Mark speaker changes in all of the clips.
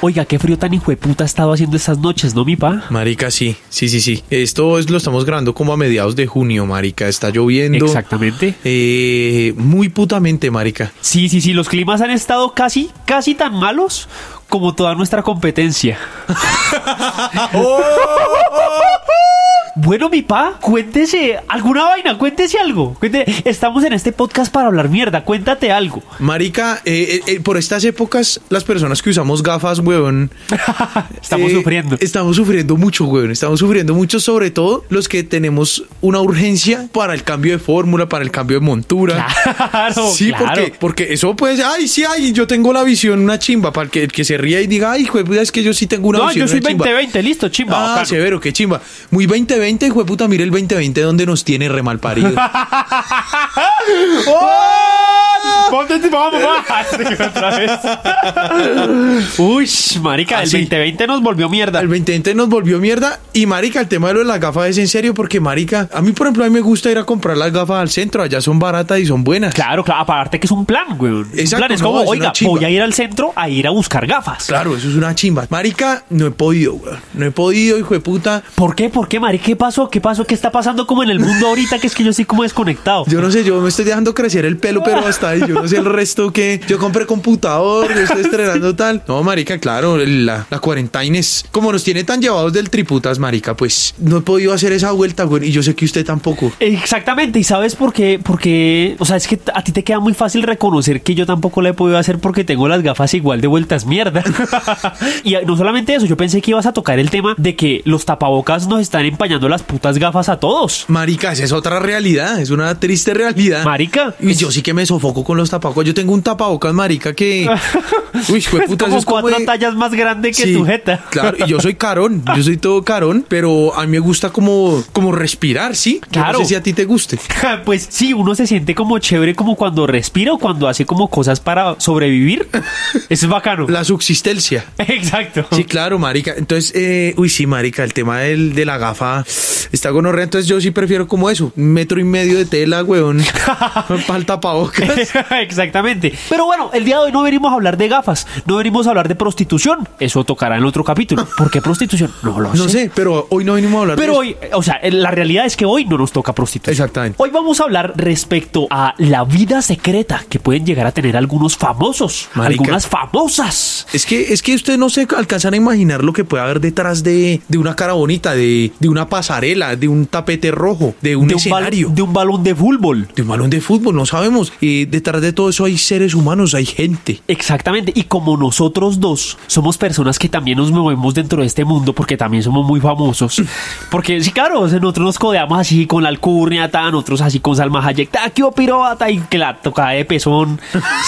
Speaker 1: Oiga, qué frío tan hijo de puta ha estado haciendo estas noches, ¿no, mi pa?
Speaker 2: Marica, sí, sí, sí, sí. Esto es, lo estamos grabando como a mediados de junio, marica. Está lloviendo.
Speaker 1: Exactamente.
Speaker 2: Eh, muy putamente, marica.
Speaker 1: Sí, sí, sí, los climas han estado casi, casi tan malos como toda nuestra competencia. Bueno, mi pa, cuéntese alguna vaina, cuéntese algo. Cuente- estamos en este podcast para hablar mierda, cuéntate algo.
Speaker 2: Marica, eh, eh, eh, por estas épocas, las personas que usamos gafas, weón.
Speaker 1: Estamos
Speaker 2: eh,
Speaker 1: sufriendo.
Speaker 2: Estamos sufriendo mucho, weón. Estamos sufriendo mucho, sobre todo los que tenemos una urgencia para el cambio de fórmula, para el cambio de montura.
Speaker 1: Claro,
Speaker 2: Sí,
Speaker 1: claro.
Speaker 2: porque, porque eso puede ser, ay, sí, ay, yo tengo la visión, una chimba, para el que, el que se ría y diga, ay, hijo de puta, es que yo sí tengo una
Speaker 1: No,
Speaker 2: visión.
Speaker 1: yo soy
Speaker 2: una chimba".
Speaker 1: 2020, listo, chimba.
Speaker 2: Ah,
Speaker 1: bacano.
Speaker 2: severo, qué chimba. Muy 2020, hijo de puta, mire el 2020 donde nos tiene re mal parido.
Speaker 1: Ponte- vamos,
Speaker 2: Ah,
Speaker 1: vamos. Otra vez. Uy, marica, el
Speaker 2: Así.
Speaker 1: 2020 nos volvió mierda.
Speaker 2: Ah, El 2020 nos volvió mierda y marica, el tema de lo de las gafas es en serio porque marica, a mí por ejemplo a mí me gusta ir a comprar las gafas al centro, allá son baratas y son buenas.
Speaker 1: Claro, claro, aparte que es un plan, güey. Un
Speaker 2: Exacto,
Speaker 1: plan es
Speaker 2: no,
Speaker 1: como,
Speaker 2: es una
Speaker 1: oiga,
Speaker 2: chimba".
Speaker 1: voy a ir al centro a ir a buscar gafas.
Speaker 2: Claro, eso es una chimba. Marica, no he podido, weón. No he podido, hijo de puta.
Speaker 1: ¿Por qué? ¿Por qué, Mari? ¿Qué pasó? ¿Qué pasó? ¿Qué está pasando como en el mundo ahorita? Que es que yo estoy como desconectado.
Speaker 2: Yo no sé, yo me estoy dejando crecer el pelo, pero hasta ahí, yo no sé el resto que. Yo compré computador, yo estoy estrenando tal. No, marica, claro, la, la cuarentena es. Como nos tiene tan llevados del triputas, marica, pues no he podido hacer esa vuelta, güey. Y yo sé que usted tampoco.
Speaker 1: Exactamente, y sabes por qué, porque, o sea, es que a ti te queda muy fácil reconocer que yo tampoco la he podido hacer porque tengo las gafas igual de vueltas mierda. y no solamente eso, yo pensé que ibas a tocar el tema de que los tapabocas nos están empañando las putas gafas a todos.
Speaker 2: Marica, esa es otra realidad, es una triste realidad.
Speaker 1: Marica.
Speaker 2: Y yo sí que me sofoco con los tapabocas. Yo tengo un tapabocas, marica, que. Uy, hijo de
Speaker 1: Es
Speaker 2: puta,
Speaker 1: como
Speaker 2: eso es como
Speaker 1: cuatro
Speaker 2: de-
Speaker 1: tallas más grande que
Speaker 2: Sí,
Speaker 1: tu jeta.
Speaker 2: Claro, y yo soy carón, yo soy todo carón, pero a mí me gusta como, como respirar, ¿sí? Yo
Speaker 1: Claro.
Speaker 2: No sé si a ti te guste.
Speaker 1: Ja, Pues sí, uno se siente como chévere como cuando respira o cuando hace como cosas para sobrevivir. Eso es bacano.
Speaker 2: La subsistencia.
Speaker 1: Exacto.
Speaker 2: Sí, claro, marica. Entonces, eh, uy, sí, marica, el tema del, de la gafa está gonorrea. Entonces, yo sí prefiero como eso, un metro y medio de tela, weón, para el tapabocas.
Speaker 1: Exactamente. Pero bueno, el día de hoy no venimos a hablar de gafas, no venimos a hablar de prostitución. Eso tocará en otro capítulo. ¿Por qué prostitución? No lo sé.
Speaker 2: No sé, pero hoy no venimos a hablar
Speaker 1: ¿Ah, Pero
Speaker 2: de
Speaker 1: hoy, o sea, la realidad es que hoy no nos toca prostitución.
Speaker 2: Exactamente.
Speaker 1: Hoy vamos a hablar respecto a la vida secreta que pueden llegar a tener algunos famosos,
Speaker 2: Marica.
Speaker 1: algunas famosas.
Speaker 2: Es que, es que ustedes no se alcanzan a imaginar lo que puede haber detrás de, de una cara bonita, de, de una pasarela, de un tapete rojo, de un
Speaker 1: de, un bal-
Speaker 2: escenario,
Speaker 1: de un balón de fútbol.
Speaker 2: de un balón de fútbol, no sabemos. Y detrás de todo eso hay seres humanos, hay gente.
Speaker 1: Exactamente, y como nosotros dos somos personas que también nos movemos dentro de este mundo porque también somos muy famosos, porque sí, claro, o sea, nosotros nos codeamos así con la alcurnia, tan, otros así con Salma Hayek, ta, qué pirobata, y que la tocada de pezón,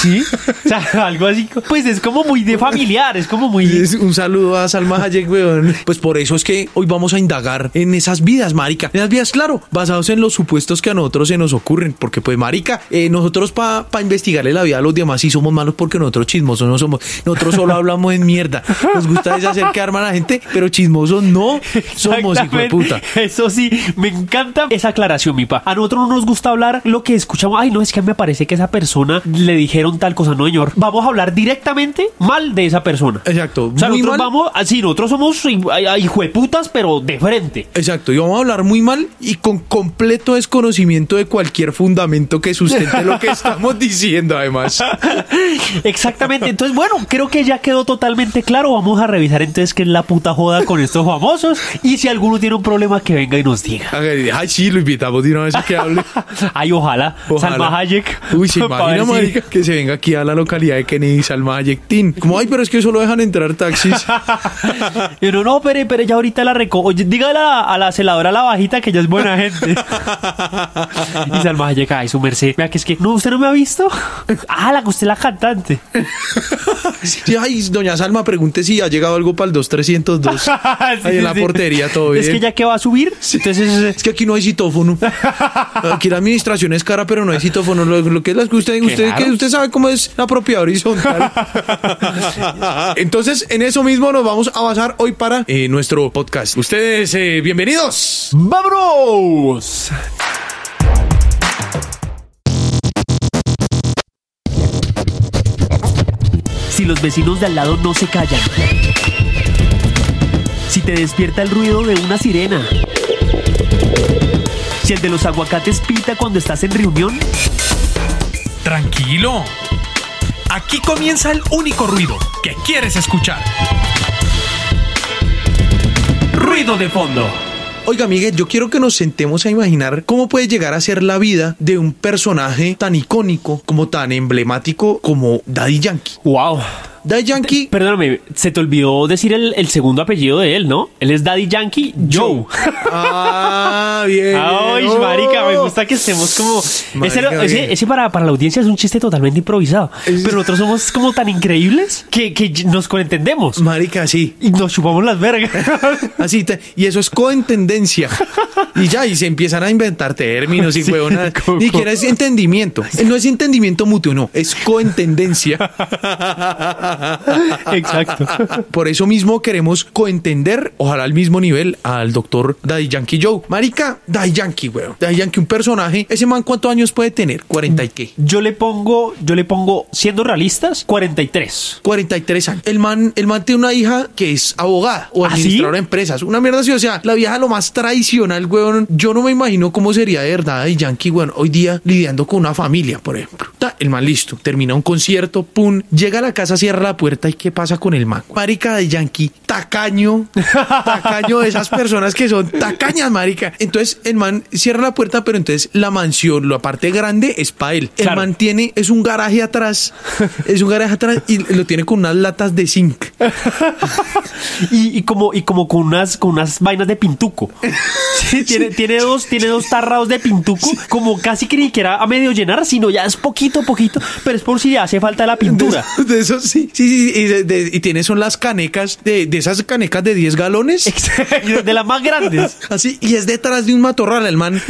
Speaker 1: ¿sí? O sea, algo así, pues es como muy de familiar, es como muy...
Speaker 2: Es un saludo a Salma Hayek, weón. Pues por eso es que hoy vamos a indagar en esas vidas, marica. En esas vidas, claro, basados en los supuestos que a nosotros se nos ocurren. Porque, pues, marica, eh, nosotros para investigarle la vida a los demás sí somos malos porque nosotros chismosos no somos. Nosotros solo hablamos en mierda. Nos gusta deshacer que arma a la gente, pero chismosos no somos, hijo de
Speaker 1: Exactamente.
Speaker 2: puta.
Speaker 1: Eso sí, me encanta esa aclaración, mi pa. A nosotros no nos gusta hablar lo que escuchamos. Ay, no, es que me parece que esa persona le dijeron tal cosa, no, señor. Vamos a hablar directamente mal de esa persona.
Speaker 2: Exacto.
Speaker 1: O sea,
Speaker 2: muy
Speaker 1: nosotros
Speaker 2: mal.
Speaker 1: vamos, así, nosotros somos hi- hi- hijueputas, pero de frente.
Speaker 2: Exacto, y vamos a hablar muy mal y con completo desconocimiento de cualquier fundamento que sustente lo que estamos diciendo, además.
Speaker 1: Exactamente. Entonces, bueno, creo que ya quedó totalmente claro. Vamos a revisar entonces qué es la puta joda con estos famosos. Y si alguno tiene un problema, que venga y nos diga.
Speaker 2: Ay, ay, sí, lo invitamos de una vez a que hable.
Speaker 1: Ay, ojalá.
Speaker 2: Ojalá.
Speaker 1: Salma Hayek.
Speaker 2: Uy, se
Speaker 1: Pa' ver
Speaker 2: imagina,
Speaker 1: si-
Speaker 2: marica, que se venga aquí a la localidad de Kennedy Salma Hayek Tin. Como, ay, pero es que solo dejan entrar taxis.
Speaker 1: Yo no, no, pero, pero ya ahorita la recojo. Oye, dígale a, a la celadora la bajita que ella es buena gente. y Salma Hayek, ay, su merced. Vea que es que, no, ¿usted no me ha visto? Ah, la que usted es la cantante.
Speaker 2: Sí, ay, doña Salma, pregunte si ha llegado algo para el 2302. Ahí en la portería, todo
Speaker 1: Es
Speaker 2: bien.
Speaker 1: que ya que va a subir, entonces... eh,
Speaker 2: Es que aquí no hay citófono. Aquí la administración es cara, pero no hay citófono. Lo, lo que es la que usted, usted,
Speaker 1: Claro.
Speaker 2: que usted sabe cómo es la propiedad horizontal. Entonces, en eso mismo nos vamos a basar hoy para eh, nuestro podcast. Ustedes, eh, bienvenidos.
Speaker 1: ¡Vámonos! si los vecinos de al lado no se callan. Si te despierta el ruido de una sirena. Si el de los aguacates pita cuando estás en reunión.
Speaker 3: Tranquilo. Aquí comienza el único ruido que quieres escuchar. Ruido de fondo.
Speaker 2: Oiga, Miguel, yo quiero que nos sentemos a imaginar cómo puede llegar a ser la vida de un personaje tan icónico, como tan emblemático como Daddy Yankee.
Speaker 1: ¡Wow!
Speaker 2: Daddy Yankee,
Speaker 1: Perdóname, se te olvidó decir el, el segundo apellido de él, ¿no? Él es Daddy Yankee Joe.
Speaker 2: Ah, bien.
Speaker 1: Ay,
Speaker 2: Oh.
Speaker 1: marica, me gusta que estemos como. Ese,
Speaker 2: Marica,
Speaker 1: ese-
Speaker 2: bien.
Speaker 1: ese para, para la audiencia es un chiste totalmente improvisado. Pero nosotros somos como tan increíbles que, que nos coentendemos
Speaker 2: Marica, sí.
Speaker 1: y nos chupamos las vergas.
Speaker 2: Así te- y eso es coentendencia. Y ya, y se empiezan a inventar términos y
Speaker 1: Sí,
Speaker 2: huevonadas.
Speaker 1: co-
Speaker 2: Ni
Speaker 1: co-
Speaker 2: siquiera es entendimiento. No es entendimiento mutuo, no. Es coentendencia.
Speaker 1: Exacto.
Speaker 2: Por eso mismo queremos coentender, ojalá al mismo nivel, al doctor Daddy Yankee Joe. Marica, Daddy Yankee, weón. Daddy Yankee, un personaje. Ese man, ¿cuántos años puede tener? ¿40 y qué?
Speaker 1: Yo le pongo, yo le pongo, siendo realistas, 43.
Speaker 2: 43 años. El man, el man tiene una hija que es abogada o
Speaker 1: ¿Ah, sí?
Speaker 2: administradora de empresas. Una mierda así. O sea, la vieja lo más tradicional, weón. Yo no me imagino cómo sería de verdad y Yankee, weón, hoy día lidiando con una familia, por ejemplo. Ta, el man listo. Termina un concierto, pum. Llega a la casa, cierra la puerta y ¿qué pasa con el man? Marica de Yankee, tacaño. Tacaño de esas personas que son tacañas, marica. Entonces, el man cierra la puerta, pero entonces la mansión, la parte grande es para él. El
Speaker 1: Claro.
Speaker 2: man tiene, es un garaje atrás, es un garaje atrás y lo tiene con unas latas de zinc.
Speaker 1: Y, y como, y como con unas, con unas vainas de pintuco. Sí, tiene, tiene dos, tiene dos tarrados de pintuco, como casi que ni siquiera a medio llenar, sino ya es poquito, poquito, pero es por si ya hace falta la pintura.
Speaker 2: De, de eso sí, sí, sí, sí, y, de- de- y tiene son las canecas, de, de esas canecas de 10 galones.
Speaker 1: de las más grandes.
Speaker 2: Así, y es detrás de un matorral. Al man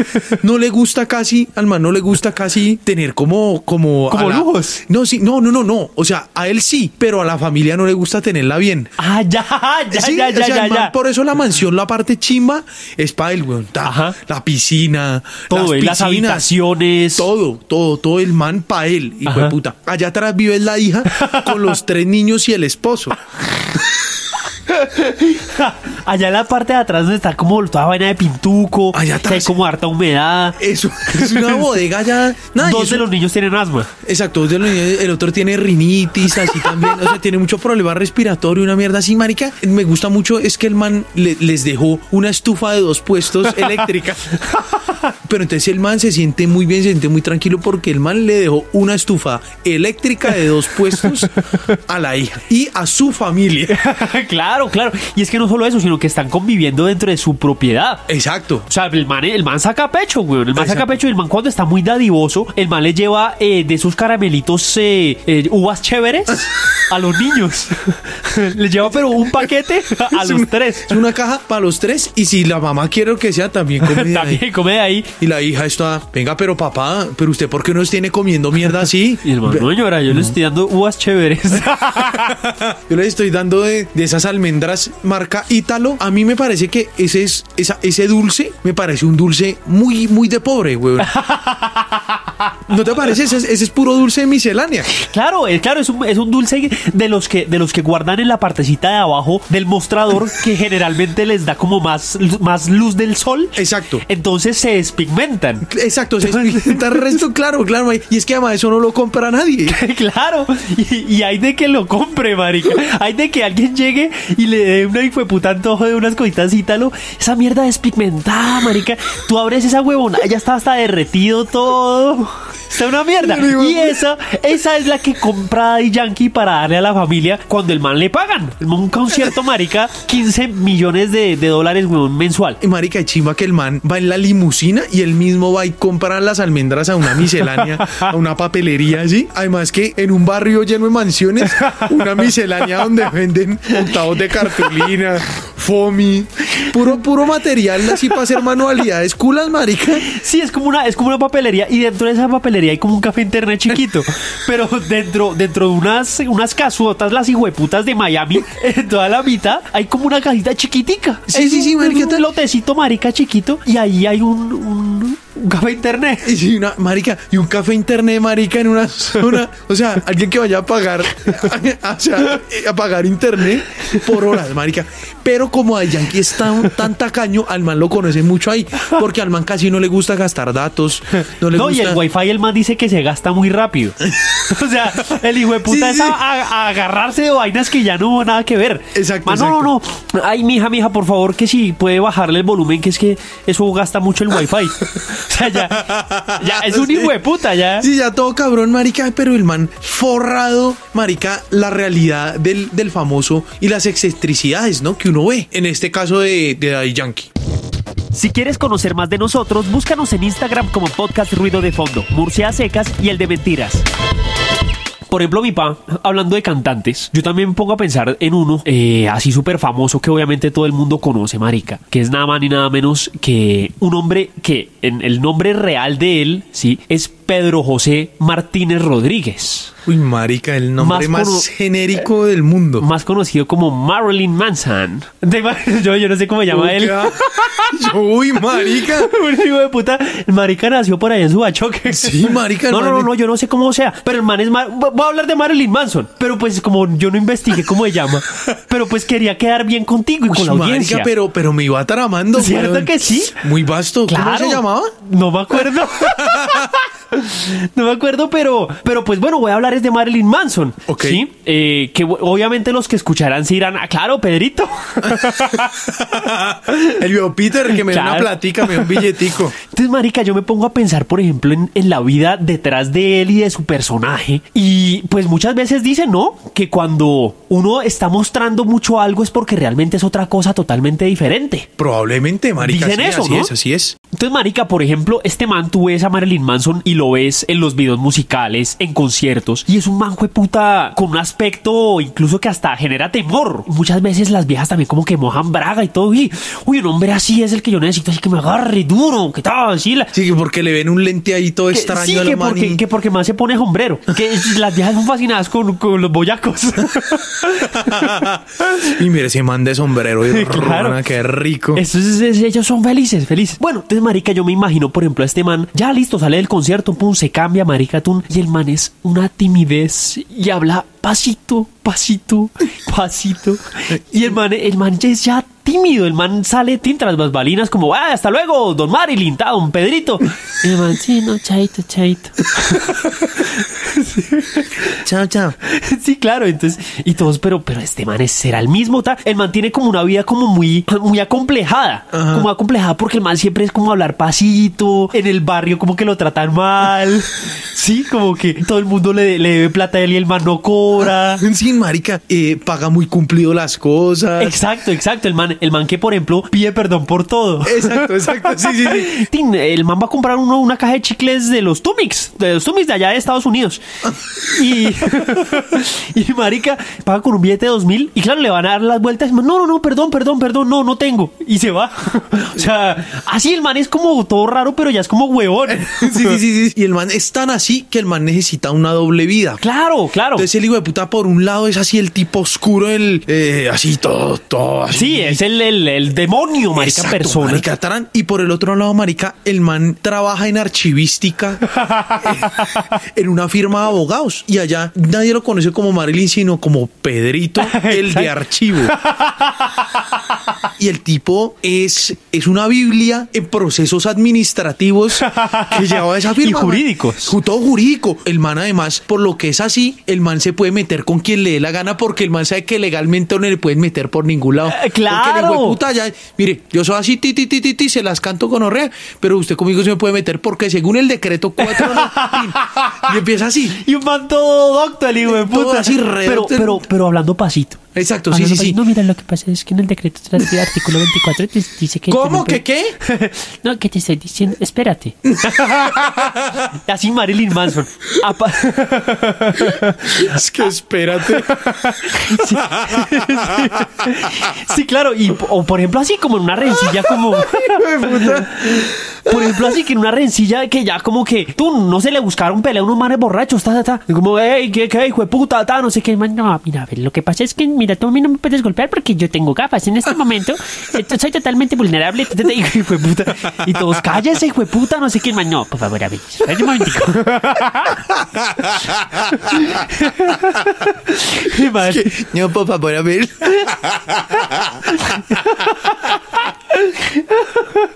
Speaker 2: no le gusta casi, al man no le gusta casi tener como, como,
Speaker 1: Como
Speaker 2: a la-
Speaker 1: lujos.
Speaker 2: No, sí, no, no, no, no. O sea, a él sí, pero a la familia no le gusta tenerla bien.
Speaker 1: Ah, ya, ya,
Speaker 2: Sí,
Speaker 1: ya,
Speaker 2: o
Speaker 1: ya,
Speaker 2: sea,
Speaker 1: ya,
Speaker 2: el man,
Speaker 1: ya.
Speaker 2: Por eso la mansión, la parte chimba, es para él, weón. Ta-
Speaker 1: Ajá.
Speaker 2: La piscina,
Speaker 1: Todo,
Speaker 2: las,
Speaker 1: eh, las
Speaker 2: piscinas,
Speaker 1: habitaciones.
Speaker 2: Todo, todo, todo el man para él, hijo
Speaker 1: Ajá.
Speaker 2: de puta. Allá atrás vive la hija con los tres niños y el esposo.
Speaker 1: Ja, Allá en la parte de atrás donde está como toda vaina de pintuco,
Speaker 2: Allá
Speaker 1: que hay
Speaker 2: atrás.
Speaker 1: como harta humedad.
Speaker 2: Eso es una bodega ya. Nada, Ah, y
Speaker 1: Dos
Speaker 2: es
Speaker 1: de
Speaker 2: un-
Speaker 1: los niños tienen asma.
Speaker 2: Exacto, dos de los niños, el otro tiene rinitis, así también, o sea, tiene mucho problema respiratorio, una mierda así, marica. Me gusta mucho es que el man le- les dejó una estufa de dos puestos eléctrica. Pero entonces el man se siente muy bien, se siente muy tranquilo porque el man le dejó una estufa eléctrica de dos puestos a la hija y a su familia.
Speaker 1: claro, claro. Y es que no solo eso, sino que están conviviendo dentro de su propiedad.
Speaker 2: Exacto.
Speaker 1: O sea, el man, el man saca pecho, güey. El man saca
Speaker 2: Exacto.
Speaker 1: pecho y el man cuando está muy dadivoso, el man le lleva eh, de esos caramelitos eh, eh, uvas chéveres a los niños. le lleva pero un paquete a
Speaker 2: Es
Speaker 1: los
Speaker 2: una-
Speaker 1: tres.
Speaker 2: Es una caja para los tres y si la mamá quiere que sea también comida.
Speaker 1: También come de ahí.
Speaker 2: Y la hija está, venga, pero papá, pero usted por qué nos tiene comiendo mierda así?
Speaker 1: Y el man, no llora, yo le estoy dando uvas chéveres.
Speaker 2: Yo le estoy dando de, de esas almendras marca Ítalo. A mí me parece que ese es esa, ese dulce me parece un dulce muy muy de pobre, weón. ¿No te parece? Ese, es- ese es puro dulce de miscelánea.
Speaker 1: Claro, eh, claro, es un, es un dulce de los que de los que guardan en la partecita de abajo del mostrador que generalmente les da como más, más luz del sol.
Speaker 2: Exacto.
Speaker 1: Entonces se despigmentan.
Speaker 2: Exacto, se explica el resto, claro, claro. mae. Y es que además eso no lo compra nadie.
Speaker 1: Claro, y, y hay de que lo compre, marica. Hay de que alguien llegue y le dé una hijueputa antojo de unas coitas ítalo. Esa mierda despigmentada, marica. Tú abres esa huevona, ya está hasta derretido todo. Está una mierda. Y esa, esa es la que compra Daddy Yankee para darle a la familia cuando el man le pagan. El man, Un concierto, marica, 15 millones de, de dólares, huevón, mensual.
Speaker 2: Y marica de chimba que el man va en la limusina y él mismo va y compra las almendras a una miscelánea, a una papelería así. Además que en un barrio lleno de mansiones, una miscelánea donde venden montados de cartulina, foamy, puro, puro material así para hacer manualidades culas, marica.
Speaker 1: Sí, es como una, es como una papelería y dentro de esa papelería hay como un café internet chiquito. Pero dentro, dentro de unas, unas casuotas, las hijueputas de Miami, en toda la mitad, hay como una cajita chiquitica.
Speaker 2: Sí,
Speaker 1: Es
Speaker 2: sí, sí,
Speaker 1: un,
Speaker 2: marica,
Speaker 1: un
Speaker 2: tal.
Speaker 1: lotecito marica chiquito y ahí hay un, un- un café internet.
Speaker 2: Y sí, una, marica, y un café internet, marica, en una zona. O sea, alguien que vaya a pagar, a, o sea, eh, a pagar internet por horas, marica. Pero como a Yankee está un, tan tacaño, al man lo conoce mucho ahí. Porque al man casi no le gusta gastar datos. No le
Speaker 1: No, y
Speaker 2: gusta.
Speaker 1: el wifi el man dice que se gasta muy rápido. o sea, el hijo de puta
Speaker 2: Sí,
Speaker 1: es A,
Speaker 2: sí.
Speaker 1: a- a agarrarse de vainas que ya no hubo nada que ver.
Speaker 2: Exacto,
Speaker 1: Man, No, no, no. Ay, mija, mija, por favor, que si puede bajarle el volumen, que es que eso gasta mucho el wifi. o sea, ya, ya es un
Speaker 2: Sí.
Speaker 1: hijo de puta, ya.
Speaker 2: Sí, ya todo cabrón, marica, pero el man forrado, marica, la realidad del, del famoso y las excentricidades, ¿no? Que uno ve. En este caso de, de Daddy Yankee.
Speaker 1: Si quieres conocer más de nosotros, búscanos en Instagram como Podcast Ruido de Fondo, Murcia Secas y el de Mentiras. Por ejemplo, mi pa, hablando de cantantes, yo también me pongo a pensar en uno eh, así súper famoso que obviamente todo el mundo conoce, marica, que es nada más ni nada menos que un hombre que en el nombre real de él, sí, es Pedro José Martínez Rodríguez,
Speaker 2: Uy, marica, el
Speaker 1: Más
Speaker 2: nombre más,
Speaker 1: cono-
Speaker 2: genérico del mundo.
Speaker 1: más conocido como Marilyn Manson. Te imag- Yo, yo no sé cómo se llama él.
Speaker 2: Yo, Uy, marica.
Speaker 1: Un hijo de puta. El marica nació por allá en Subachoque.
Speaker 2: Sí, marica,
Speaker 1: No,
Speaker 2: el
Speaker 1: no, no,
Speaker 2: man es-
Speaker 1: no, yo no sé cómo sea. Pero el man es. ma- Voy a hablar de Marilyn Manson. Pero pues, como yo no investigué cómo se llama. Pero pues quería quedar bien contigo y con
Speaker 2: Uy,
Speaker 1: la audiencia.
Speaker 2: Marica, pero, pero me iba tramando.
Speaker 1: ¿Cierto
Speaker 2: weón.
Speaker 1: que sí?
Speaker 2: Muy vasto. ¿Cómo se llamaba?
Speaker 1: No me acuerdo. No me acuerdo, pero, pero pues bueno, voy a hablar es de Marilyn Manson.
Speaker 2: Ok.
Speaker 1: Sí, eh, que obviamente los que escucharán se irán, ah, claro, Pedrito.
Speaker 2: el viejo Peter que me da
Speaker 1: Claro.
Speaker 2: una platica, me da un billetico.
Speaker 1: Entonces, marica, yo me pongo a pensar, por ejemplo, en, en la vida detrás de él y de su personaje. Y pues muchas veces dicen, ¿no? Que cuando uno está mostrando mucho algo es porque realmente es otra cosa totalmente diferente.
Speaker 2: Probablemente, marica.
Speaker 1: Dicen
Speaker 2: sí,
Speaker 1: eso,
Speaker 2: así
Speaker 1: ¿no?
Speaker 2: es, así es.
Speaker 1: Entonces, marica, por ejemplo, este man, tú ves a Marilyn Manson y lo ves en los videos musicales, en conciertos, y es un man puta con un aspecto incluso que hasta genera temor. Muchas veces las viejas también como que mojan braga y todo, y, uy, un hombre así es el que yo necesito, así que me agarre duro, que tal, así la...
Speaker 2: Sí, que porque le ven un lente ahí todo
Speaker 1: Que-
Speaker 2: extraño
Speaker 1: sí,
Speaker 2: a la
Speaker 1: que
Speaker 2: man
Speaker 1: porque,
Speaker 2: y-
Speaker 1: que porque más se pone sombrero. Que las viejas son fascinadas con, con los boyacos.
Speaker 2: y mire, se manda sombrero y
Speaker 1: Claro.
Speaker 2: romana, qué rico.
Speaker 1: Eso es- es- ellos son felices, felices. Bueno, entonces, marica, yo me imagino, por ejemplo, a este man, ya listo, sale del concierto, pum, se cambia, marica, tun, y el man es una timidez y habla pasito, pasito, pasito. Y el man, el man ya es ya tímido, el man sale tin tras las balinas como, ah, hasta luego, don Marilyn, ta, don Pedrito. Y el man, sí, no, chaito, chaito.
Speaker 2: Chao, chao.
Speaker 1: Sí, claro, entonces, y todos, pero, pero este man es- será el mismo, tal. El man tiene como una vida como muy, muy acomplejada,
Speaker 2: Ajá.
Speaker 1: como acomplejada porque el man siempre es como hablar pasito, en el barrio como que lo tratan mal, sí, como que todo el mundo le, le debe plata a él y el man no cobra.
Speaker 2: Sí, marica, eh, paga muy cumplido las cosas.
Speaker 1: Exacto, exacto, el man, el man que por ejemplo pide perdón por todo.
Speaker 2: Exacto, exacto. Sí, sí, sí.
Speaker 1: Tin, el man va a comprar uno, una caja de chicles de los Tumix, de los Tumix de allá de Estados Unidos. Y, y marica paga con un billete de 2000 y claro, le van a dar las vueltas. y man, No, no, no, perdón, perdón, perdón, no, no tengo. Y se va. O sea, así el man es como todo raro, pero ya es como huevón.
Speaker 2: Sí, sí, sí, sí. Y el man es tan así que el man necesita una doble vida.
Speaker 1: Claro, claro.
Speaker 2: Entonces el hijo de puta por un lado es así el tipo oscuro, el eh, así todo, todo así.
Speaker 1: Sí, es el, el, el demonio, marica,
Speaker 2: Exacto,
Speaker 1: persona.
Speaker 2: marica, tarán. y por el otro lado, marica, el man trabaja en archivística eh, en una firma de abogados. Y allá nadie lo conoce como Marilyn, sino como Pedrito, el de archivo. Y el tipo es, es una Biblia en procesos administrativos que llevaba esa firma.
Speaker 1: Y
Speaker 2: man.
Speaker 1: jurídicos.
Speaker 2: Ju- Todo jurídico. El man, además, por lo que es así, el man se puede meter con quien le dé la gana porque el man sabe que legalmente no le pueden meter por ningún lado.
Speaker 1: Eh, claro.
Speaker 2: Porque el hijueputa ya- eh, mire, yo soy así, ti, ti, ti, ti, ti, se las canto con orrea, pero usted conmigo se me puede meter porque según el decreto 4 no, tin. y empieza así.
Speaker 1: Y un man todo docto, el hijo de
Speaker 2: Todo
Speaker 1: puta.
Speaker 2: así, re
Speaker 1: pero,
Speaker 2: docto.
Speaker 1: pero, pero hablando pasito.
Speaker 2: Exacto, sí,
Speaker 1: Hablando
Speaker 2: sí, sí.
Speaker 1: pasito. Ah, No, mira, lo que pasa es que en el decreto del artículo 24 te- dice que...
Speaker 2: ¿Cómo que
Speaker 1: que
Speaker 2: qué?
Speaker 1: No, ¿qué te estoy diciendo? Espérate. Así Marilyn Manson. Apa-
Speaker 2: Es que espérate.
Speaker 1: sí. Sí, claro. Y, o por ejemplo, así como en una rencilla como... Por ejemplo, así que en una rencilla que ya como que tú no se le buscaron pelea a unos manes borrachos, ta, ta, ta. Y Como, hey, qué, qué, hijo de puta, ta, no sé qué. Man, no, mira, a ver, lo que pasa es que, mira, tú a mí no me puedes golpear porque yo tengo gafas en este momento. Esto- Soy totalmente vulnerable, ta, ta, ta, hijo de puta. Y todos, cállese, hijo de puta, no sé qué. Man, no, por favor, a ver, espérate un momentico. Y, man,
Speaker 2: No, por favor, a ver.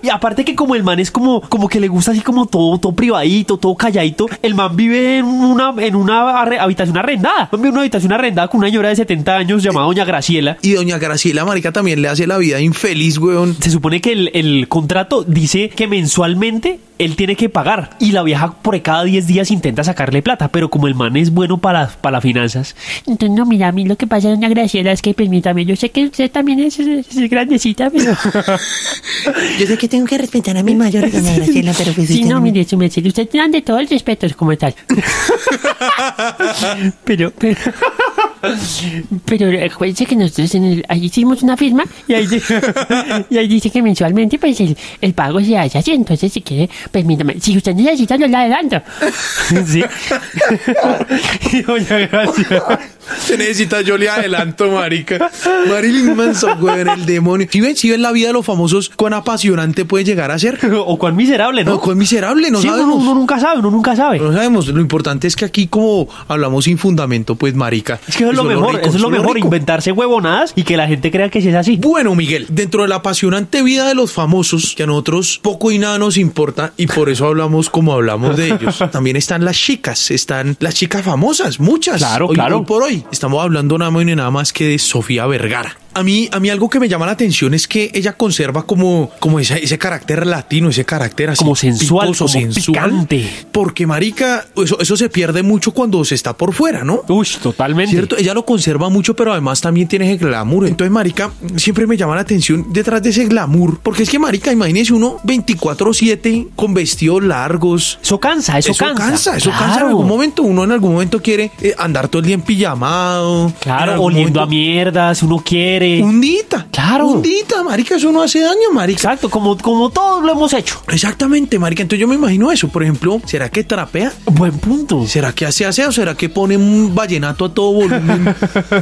Speaker 1: Y aparte que como el man es como, como que le gusta así como todo, todo privadito, todo calladito, el man vive en una, en una arre- habitación arrendada. Man vive en una habitación arrendada con una señora de 70 años llamada Doña Graciela.
Speaker 2: Y doña Graciela, marica, también le hace la vida infeliz, weón.
Speaker 1: Se supone que el, el contrato dice que mensualmente él tiene que pagar y la vieja por cada 10 días intenta sacarle plata, pero como el man es bueno para, para las finanzas,
Speaker 4: Entonces, no, mira, a mí lo que pasa, doña Graciela, es que permítame, yo sé que usted también es, es- es grandecita, pero...
Speaker 5: Yo sé que tengo que respetar a mi mayor, doña Graciela, pero pues
Speaker 4: sí,
Speaker 5: usted
Speaker 4: no,
Speaker 5: no me-
Speaker 4: mire, su merced, usted tiene de todo el respeto como tal. pero, pero... Pero acuérdense que nosotros en el- ahí hicimos una firma y ahí, di- y ahí dice que mensualmente pues el, el pago se hace así. Entonces, si quiere, permítame, si usted necesita, yo le adelanto.
Speaker 1: sí. y Doña Graciela.
Speaker 2: Se necesita, yo le adelanto, marica. Marilyn Manson, weón, el demonio. Si ven, si ven la vida de los famosos, cuán apasionante puede llegar a ser.
Speaker 1: O cuán miserable, ¿no?
Speaker 2: No, cuán miserable, no
Speaker 1: Sí, uno-
Speaker 2: sabemos.
Speaker 1: uno nunca sabe, uno nunca sabe.
Speaker 2: No sabemos, lo importante es que aquí como hablamos sin fundamento, pues marica.
Speaker 1: Es que eso es lo mejor,
Speaker 2: rico,
Speaker 1: eso es lo mejor,
Speaker 2: rico.
Speaker 1: inventarse huevonadas y que la gente crea que sí es así.
Speaker 2: Bueno, Miguel, dentro de la apasionante vida de los famosos, que a nosotros poco y nada nos importa y por eso hablamos como hablamos de ellos, también están las chicas, están las chicas famosas, muchas.
Speaker 1: Claro,
Speaker 2: Hoy-
Speaker 1: claro.
Speaker 2: hoy por hoy estamos hablando nada más y nada más que de Sofía Vergara. A mí, a mí algo que me llama la atención es que ella conserva como, como esa- ese carácter latino, ese carácter así.
Speaker 1: Como sensual,
Speaker 2: picoso,
Speaker 1: como picante.
Speaker 2: Porque, marica, eso, eso se pierde mucho cuando se está por fuera, ¿no?
Speaker 1: Uy, totalmente.
Speaker 2: ¿Cierto? Ella lo conserva mucho, pero además también tiene ese glamour. Entonces, Marica, siempre me llama la atención detrás de ese glamour. Porque es que, Marica, imagínese uno 24-7 con vestidos largos.
Speaker 1: Eso cansa, eso,
Speaker 2: Eso cansa, eso cansa en
Speaker 1: Claro.
Speaker 2: algún momento. Uno en algún momento quiere eh, andar todo el día en pijamado. en
Speaker 1: Claro,
Speaker 2: algún
Speaker 1: oliendo
Speaker 2: momento-
Speaker 1: a mierda, si uno quiere.
Speaker 2: Hundita.
Speaker 1: Claro.
Speaker 2: Hundita, Marica, eso no hace daño, Marica.
Speaker 1: Exacto, como, como todos lo hemos hecho.
Speaker 2: Exactamente, Marica. Entonces, yo me imagino eso. Por ejemplo, ¿será que trapea?
Speaker 1: Buen punto.
Speaker 2: ¿Será que hace aseo? ¿Será que pone un vallenato a todo volumen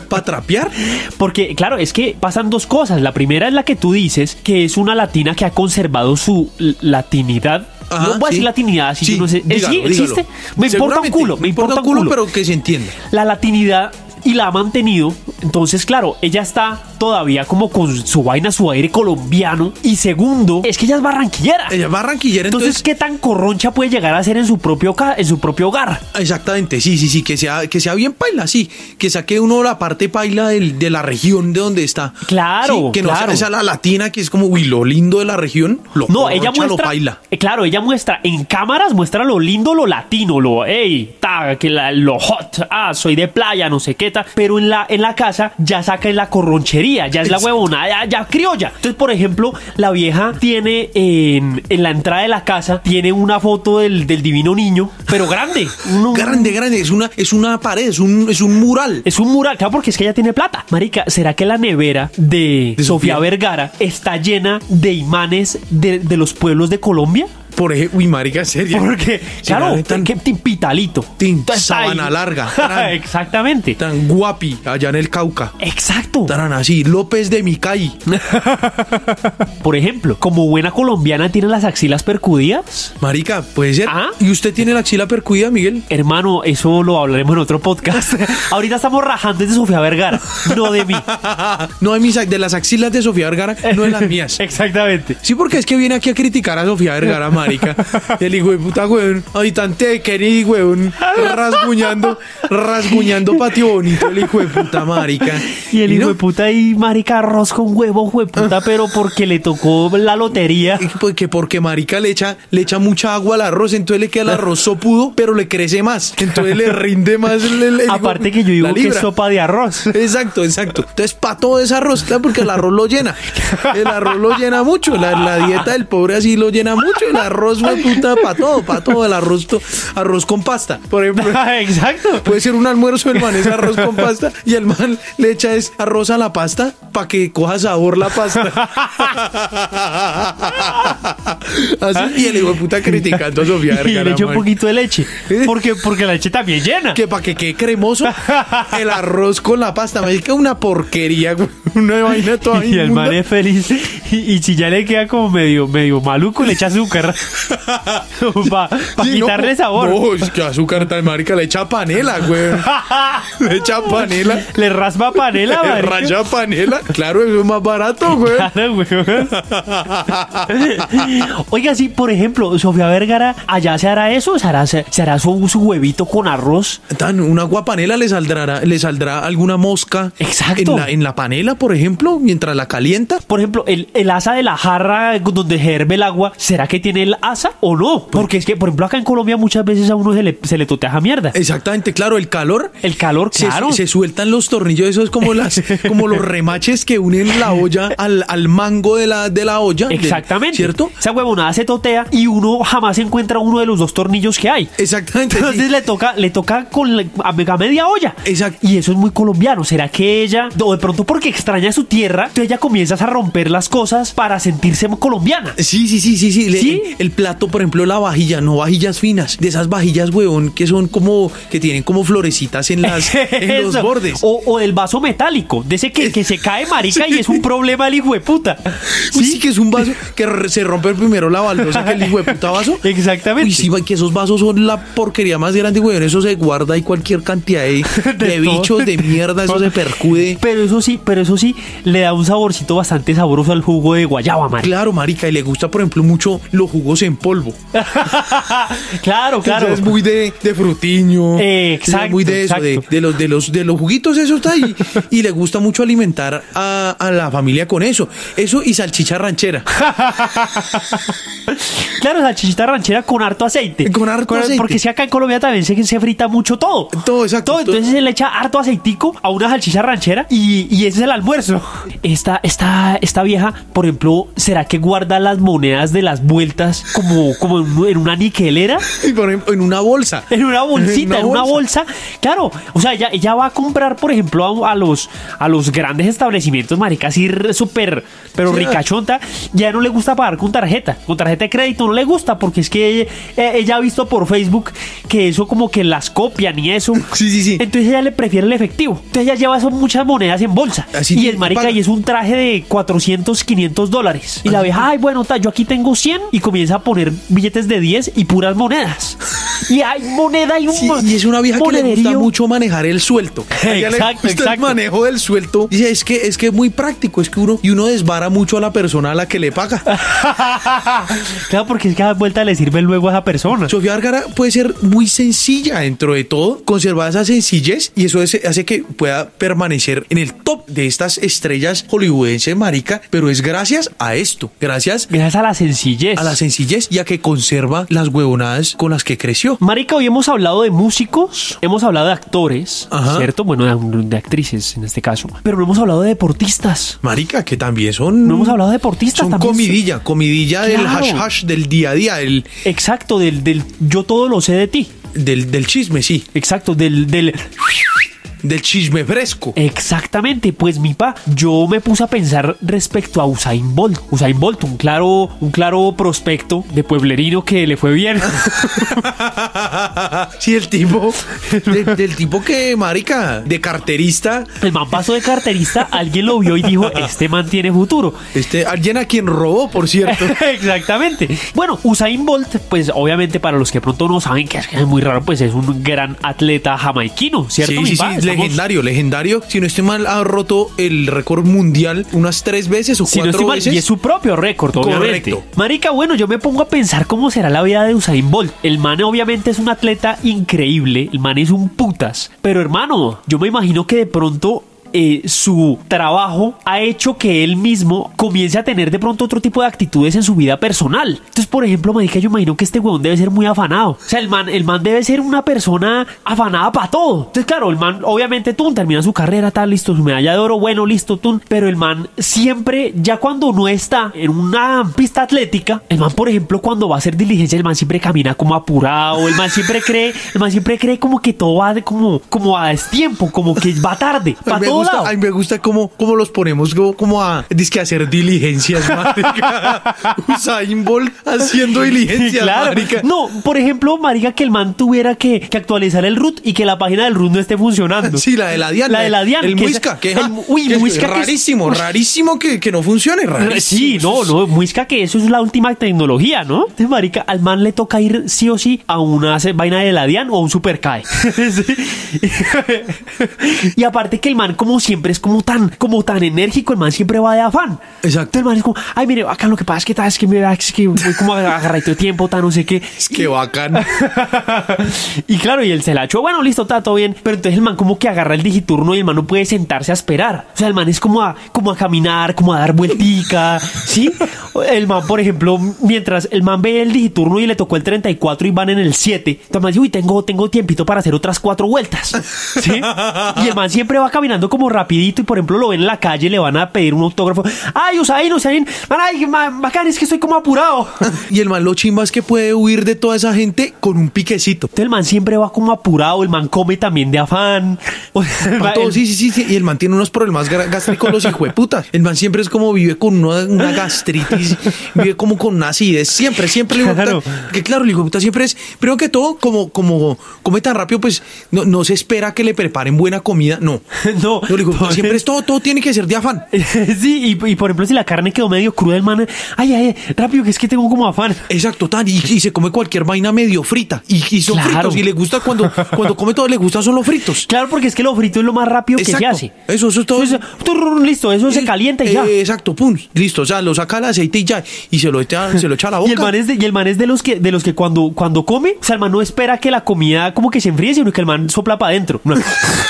Speaker 2: para trapear?
Speaker 1: Porque, claro, es que pasan dos cosas. La primera es la que tú dices, que es una latina que ha conservado su l- latinidad.
Speaker 2: Ajá,
Speaker 1: no voy a decir
Speaker 2: sí.
Speaker 1: latinidad, así que no sé. Eh, sí,
Speaker 2: dígalo, dígalo.
Speaker 1: existe. Me importa un
Speaker 2: Seguramente,
Speaker 1: culo, me importa un culo.
Speaker 2: pero que se entienda.
Speaker 1: la latinidad y la ha mantenido. Entonces, claro, ella está todavía como con su vaina, su aire colombiano. Y segundo, es que ella es barranquillera.
Speaker 2: Ella es barranquillera,
Speaker 1: entonces,
Speaker 2: Eh, entonces...
Speaker 1: ¿qué tan corroncha puede llegar a ser en su propio, ca- en su propio hogar?
Speaker 2: Exactamente, sí, sí, sí, que sea, que sea bien paila, sí. Que saque uno la parte paila del- de la región de donde está.
Speaker 1: Claro,
Speaker 2: Sí, que no
Speaker 1: claro.
Speaker 2: sea esa la latina que es como, uy, lo lindo de la región. Lo
Speaker 1: No, ella
Speaker 2: corroncha, Lo
Speaker 1: muestra.
Speaker 2: paila.
Speaker 1: eh, claro, ella muestra en cámaras, muestra lo lindo, lo latino, lo ey, ta, que la- lo hot, ah, soy de playa, no sé qué ta. Pero en la, en la casa ya saca la corronchería, ya es la
Speaker 2: Exacto.
Speaker 1: huevona, ya, ya criolla. Entonces, por ejemplo, la vieja tiene en, en la entrada de la casa, tiene una foto del, del divino niño, pero grande. uno-
Speaker 2: Grande, grande, es una, es una pared, es un, es un mural.
Speaker 1: Es un mural, claro, porque es que ella tiene plata. Marica, ¿será que la nevera de,
Speaker 2: De
Speaker 1: Sofía
Speaker 2: Sofía.
Speaker 1: Vergara está llena de imanes de, de los pueblos de Colombia?
Speaker 2: Por ejemplo, uy, marica, en serio.
Speaker 1: Porque,
Speaker 2: Sí, la
Speaker 1: claro,
Speaker 2: neta,
Speaker 1: que timpitalito.
Speaker 2: Tin,
Speaker 1: Entonces, ahí-
Speaker 2: sabana larga, tran.
Speaker 1: Exactamente.
Speaker 2: Tan guapi allá en el Cauca.
Speaker 1: Exacto.
Speaker 2: Estarán así, López de Micay.
Speaker 1: Por ejemplo, como buena colombiana tiene las axilas percudidas.
Speaker 2: Marica, puede ser.
Speaker 1: Ah.
Speaker 2: ¿Y usted tiene la axila percuida, Miguel?
Speaker 1: Hermano, eso lo hablaremos en otro podcast. Ahorita estamos rajando de Sofía Vergara, no de mí.
Speaker 2: No de mis ax- de las axilas de Sofía Vergara, no de las mías.
Speaker 1: Exactamente.
Speaker 2: Sí, porque es que viene aquí a criticar a Sofía Vergara, marica. El hijo de puta, weón. Habitante de Kennedy, weón. Rasguñando, rasguñando patio bonito, el hijo de puta, marica.
Speaker 1: Y el hijo
Speaker 2: no,
Speaker 1: de puta ahí, marica, arroz con huevo, hijo de puta, pero porque le tocó la lotería.
Speaker 2: y pues que porque marica le echa, le echa mucha agua al arroz, entonces le queda el arroz sopudo, pero le crece más. Entonces le rinde más el, el- el-
Speaker 1: Aparte que yo
Speaker 2: la
Speaker 1: digo que es
Speaker 2: libra.
Speaker 1: sopa de arroz.
Speaker 2: Exacto, exacto. Entonces, para todo es arroz, claro, porque el arroz lo llena. El arroz lo llena mucho. La, la dieta del pobre así lo llena mucho. El arroz, fue puta, para todo, para todo. El arroz, to- arroz con pasta, por ejemplo.
Speaker 1: Exacto.
Speaker 2: Puede ser un almuerzo, el man es arroz con pasta y el man le echa es arroz a la pasta para que coja sabor la pasta. Así, y el hijo de puta criticando a Sofía
Speaker 1: Y le
Speaker 2: Vergara.
Speaker 1: echo un
Speaker 2: man.
Speaker 1: poquito de leche. Porque, porque la leche también llena.
Speaker 2: Que para que quede cremoso, el arroz con la pasta. Me dice que una porquería, güey. Una vaina toda
Speaker 1: Y el
Speaker 2: inmunda.
Speaker 1: man es feliz. Y, y si ya le queda como medio, medio maluco, le echa azúcar. Para
Speaker 2: Sí, no,
Speaker 1: quitarle sabor.
Speaker 2: No, es que azúcar tan marica le echa panela, güey. Le echa panela.
Speaker 1: Le raspa panela,
Speaker 2: Le
Speaker 1: marica.
Speaker 2: raya panela. Claro, eso es más barato, güey.
Speaker 1: Claro, weón. Oiga, sí, por ejemplo, Sofía Vergara, allá se hará eso, se hará, se, se hará su, su huevito con arroz.
Speaker 2: Tan, una guapanela le saldrá, le saldrá alguna mosca.
Speaker 1: Exacto.
Speaker 2: En la, en la panela, por ejemplo, mientras la calienta.
Speaker 1: Por ejemplo, el, el asa de la jarra donde hierve el agua, ¿será que tiene el asa o no? Porque es que, por ejemplo, acá en Colombia muchas veces a uno se le, se le toteja mierda.
Speaker 2: Exactamente, claro, el calor.
Speaker 1: El calor,
Speaker 2: Eh, Se,
Speaker 1: claro.
Speaker 2: se sueltan los tornillos, eso es como, las, como los remaches que unen la olla al, al mango de la, de la olla. del-
Speaker 1: Exactamente.
Speaker 2: ¿Cierto?
Speaker 1: Esa huevonada se totea y uno jamás encuentra uno de los dos tornillos que hay.
Speaker 2: Exactamente. sí.
Speaker 1: Entonces le toca, le toca con la, a a media olla.
Speaker 2: eh, Exacto.
Speaker 1: Y eso es muy colombiano. ¿Será que ella, o de pronto porque extraña su tierra, entonces ella comienza a romper las cosas para sentirse colombiana?
Speaker 2: Sí, sí, sí, sí, sí. Le-
Speaker 1: ¿Sí?
Speaker 2: El plato, por ejemplo, la vajilla, no vajillas finas, de esas vajillas, huevón, que son como, que tienen como florecitas en las, Eh, en los
Speaker 1: Eso.
Speaker 2: bordes.
Speaker 1: O, o del vaso metálico, de ese que, que se cae marica y es un problema el hijo de puta.
Speaker 2: Uy, sí, que es un vaso que r- se rompe primero la baldosa que el hijo de puta vaso.
Speaker 1: Exactamente.
Speaker 2: Uy, sí, va, que esos vasos son la porquería más grande, weón. Eso se guarda y cualquier cantidad de, de,
Speaker 1: De todo.
Speaker 2: bichos, de mierda, eso se percude.
Speaker 1: Pero eso sí, pero eso sí, le da un saborcito bastante sabroso al jugo de guayaba, marica.
Speaker 2: Claro, marica, y le gusta, por ejemplo, mucho los jugos en polvo.
Speaker 1: claro, claro.
Speaker 2: Eso es muy de, de frutiño.
Speaker 1: Eh,
Speaker 2: Eso es
Speaker 1: exacto,
Speaker 2: muy de eso, de,
Speaker 1: exacto.
Speaker 2: de los, de, los, de los juguitos, eso está ahí. y le gusta mucho alimentar a, a la familia con eso. Eso y salchicha ranchera.
Speaker 1: Claro, la chichita ranchera con harto aceite.
Speaker 2: Con harto aceite.
Speaker 1: Porque si acá en Colombia también se, se frita mucho todo.
Speaker 2: Todo, exacto.
Speaker 1: Todo, entonces
Speaker 2: Todo.
Speaker 1: se le echa harto aceitico a una salchicha ranchera y, y ese es el almuerzo. Esta, esta, esta vieja, por ejemplo, ¿será que guarda las monedas de las vueltas como, como en- en una niquelera?
Speaker 2: Y por ejemplo, en una bolsa.
Speaker 1: En una bolsita,
Speaker 2: En
Speaker 1: en
Speaker 2: una
Speaker 1: una bolsa. Claro, o sea, ella, ella va a comprar, por ejemplo, a, a los, a los grandes establecimientos, marica, así re- súper, pero
Speaker 2: Sí,
Speaker 1: ricachonta. Ya no le gusta pagar con tarjeta, con tarjeta de crédito, no le gusta, porque es que ella, eh, ella ha visto por Facebook que eso como que las copian y eso.
Speaker 2: Sí, sí, sí.
Speaker 1: Entonces ella le prefiere el efectivo. Entonces ella lleva son muchas monedas en bolsa.
Speaker 2: Así
Speaker 1: y
Speaker 2: que
Speaker 1: el marica,
Speaker 2: paga.
Speaker 1: y es un traje de 400, 500 dólares. Y la
Speaker 2: Así
Speaker 1: vieja, ay, bueno, ta, yo aquí tengo 100 y comienza a poner billetes de 10 y puras monedas. Y hay moneda y un
Speaker 2: Sí, y es una vieja que le gusta
Speaker 1: monederío.
Speaker 2: mucho manejar el suelto. A ella le
Speaker 1: Exacto,
Speaker 2: gusta El
Speaker 1: exacto.
Speaker 2: manejo del suelto. Dice, es que es que es muy práctico, es que uno y uno desvara mucho a la persona a la que le paga.
Speaker 1: claro, porque es que a vuelta le sirve luego a esa persona.
Speaker 2: Sofía Vergara puede ser muy sencilla dentro de todo, conservar esa sencillez y eso es- hace que pueda permanecer en el top de estas estrellas hollywoodenses, marica, pero es gracias a esto, gracias
Speaker 1: Gracias a la sencillez.
Speaker 2: a la sencillez y a que conserva las huevonadas con las que creció.
Speaker 1: Marica, hoy hemos hablado de músicos, hemos hablado de actores,
Speaker 2: Ajá.
Speaker 1: ¿cierto? Bueno, de, de actrices en este caso. Pero no hemos hablado de deportistas.
Speaker 2: Marica, que también son...
Speaker 1: No hemos hablado de deportistas
Speaker 2: Mm, Son
Speaker 1: también.
Speaker 2: comidilla, comidilla del
Speaker 1: Claro.
Speaker 2: hash hash, del día a día, del,
Speaker 1: Exacto, del, del yo todo lo sé de ti.
Speaker 2: del, del chisme, sí,
Speaker 1: Exacto, del, del
Speaker 2: del chisme
Speaker 1: Eh.
Speaker 2: fresco.
Speaker 1: Exactamente, pues mi pa, yo me puse a pensar respecto a Usain Bolt. Usain Bolt, un claro, un claro prospecto de pueblerino que le fue bien.
Speaker 2: Sí, el tipo, del, del tipo que, marica, de carterista,
Speaker 1: El man pasó de carterista, alguien lo vio y dijo, este man tiene futuro.
Speaker 2: Este, alguien a quien robó, por cierto.
Speaker 1: Exactamente. Bueno, Usain Bolt, pues obviamente para los que pronto no saben que es que es muy raro, pues es un gran atleta jamaiquino, ¿cierto?
Speaker 2: Sí,
Speaker 1: mi
Speaker 2: sí, sí,
Speaker 1: pa? Estamos-
Speaker 2: legendario, legendario. Si no estoy mal, ha roto el récord mundial unas tres veces o
Speaker 1: Si no
Speaker 2: cuatro
Speaker 1: estoy mal,
Speaker 2: veces.
Speaker 1: y es su propio récord, obviamente.
Speaker 2: Correcto.
Speaker 1: Marica, bueno, yo me pongo a pensar cómo será la vida de Usain Bolt. El man obviamente es un atleta increíble, el man es un putas. Pero hermano, yo me imagino que de pronto... eh, su trabajo ha hecho que él mismo comience a tener de pronto otro tipo de actitudes en su vida personal. Entonces, por ejemplo, marica, yo imagino que este huevón debe ser muy afanado. O sea, el man, el man debe ser una persona afanada para todo. Entonces, claro, el man, obviamente, Tun termina su carrera, tal, listo, su medalla de oro, bueno, listo, Tun. Pero el man siempre, ya cuando no está en una pista atlética, el man, por ejemplo, cuando va a hacer diligencia, el man siempre camina como apurado, el man siempre cree, el man siempre cree como que todo va de, como, como a destiempo, como que va tarde. Para
Speaker 2: Me
Speaker 1: todo todo
Speaker 2: gusta,
Speaker 1: lado.
Speaker 2: a mí me gusta cómo, cómo los ponemos como, como a dizque hacer diligencias, marica. Usain Bolt haciendo
Speaker 1: Sí,
Speaker 2: diligencias,
Speaker 1: claro.
Speaker 2: marica.
Speaker 1: No, por ejemplo, marica, que el man tuviera que, que actualizar el root y que la página del root no esté funcionando.
Speaker 2: Sí, la de la Diana.
Speaker 1: La de la Diana.
Speaker 2: El
Speaker 1: que es-
Speaker 2: Muisca. Que,
Speaker 1: el- uy,
Speaker 2: que es
Speaker 1: Muisca que es-
Speaker 2: rarísimo,
Speaker 1: uy,
Speaker 2: rarísimo que, que no funcione. Rarísimo.
Speaker 1: Sí, no, no, Muisca que eso es la última tecnología, ¿no? Entonces, marica, al man le toca ir sí o sí a una se- vaina de la DIAN o a un supercae. Sí. y aparte que el man como siempre es como tan, como tan enérgico, el man siempre va de afán. Entonces,
Speaker 2: Exacto.
Speaker 1: el man es como, ay, mire, acá lo que pasa es que tal, es que me da, es que voy como agarradito de tiempo, tan no sé qué.
Speaker 2: Es que bacán.
Speaker 1: y claro, y él se la echó, bueno, listo, está todo bien. Pero entonces el man como que agarra el digiturno y el man no puede sentarse a esperar. O sea, el man es como a, como a caminar, como a dar vueltica, ¿sí? El man, por ejemplo, mientras el man ve el digiturno y le tocó el 34 y van en el 7, entonces el man dice, uy, tengo, tengo tiempito para hacer otras cuatro vueltas, ¿sí? Y el man siempre va caminando como rapidito y, por ejemplo, lo ven en la calle, le van a pedir un autógrafo. ¡Ay, Usain, Usain! Man, ¡Ay, man, bacán, es que estoy como apurado!
Speaker 2: Y el man lo chimba es que puede huir de toda esa gente con un piquecito.
Speaker 1: Entonces el man siempre va como apurado, el man come también de afán. O sea, el man-
Speaker 2: Pato, sí, sí, sí, sí, Y el man tiene unos problemas gra- gástricos, los hijueputas. El man siempre es como vive con una, una gastritis, vive como con una acidez. Siempre, siempre. el hijueputa-
Speaker 1: Claro.
Speaker 2: Que claro, el hijueputa siempre es, primero que todo, como, como come tan rápido, pues no, no se espera que le preparen buena comida. No.
Speaker 1: No.
Speaker 2: el hijueputa siempre es todo, todo tiene que ser de afán.
Speaker 1: sí, y, y por ejemplo, si la carne quedó medio cruda, el man, ay, ay, rápido, que es que tengo como afán.
Speaker 2: Exacto, tan, y, y se come cualquier vaina medio frita. Y, y son
Speaker 1: Claro.
Speaker 2: fritos. Y le gusta cuando, cuando come todo, le gusta son los fritos.
Speaker 1: Claro, porque es que lo frito es lo más rápido que se
Speaker 2: Exacto.
Speaker 1: hace.
Speaker 2: Eso, eso es todo.
Speaker 1: Entonces, turrún, listo, eso se calienta y ya.
Speaker 2: Eh, exacto, pum, listo, o sea, lo saca el aceite y ya, y se lo, echa, se lo echa a la boca.
Speaker 1: Y el, man es de, y el man es de los que, de los que cuando, cuando come, o sea, el man no espera que la comida como que se enfríe, sino que el man sopla para adentro.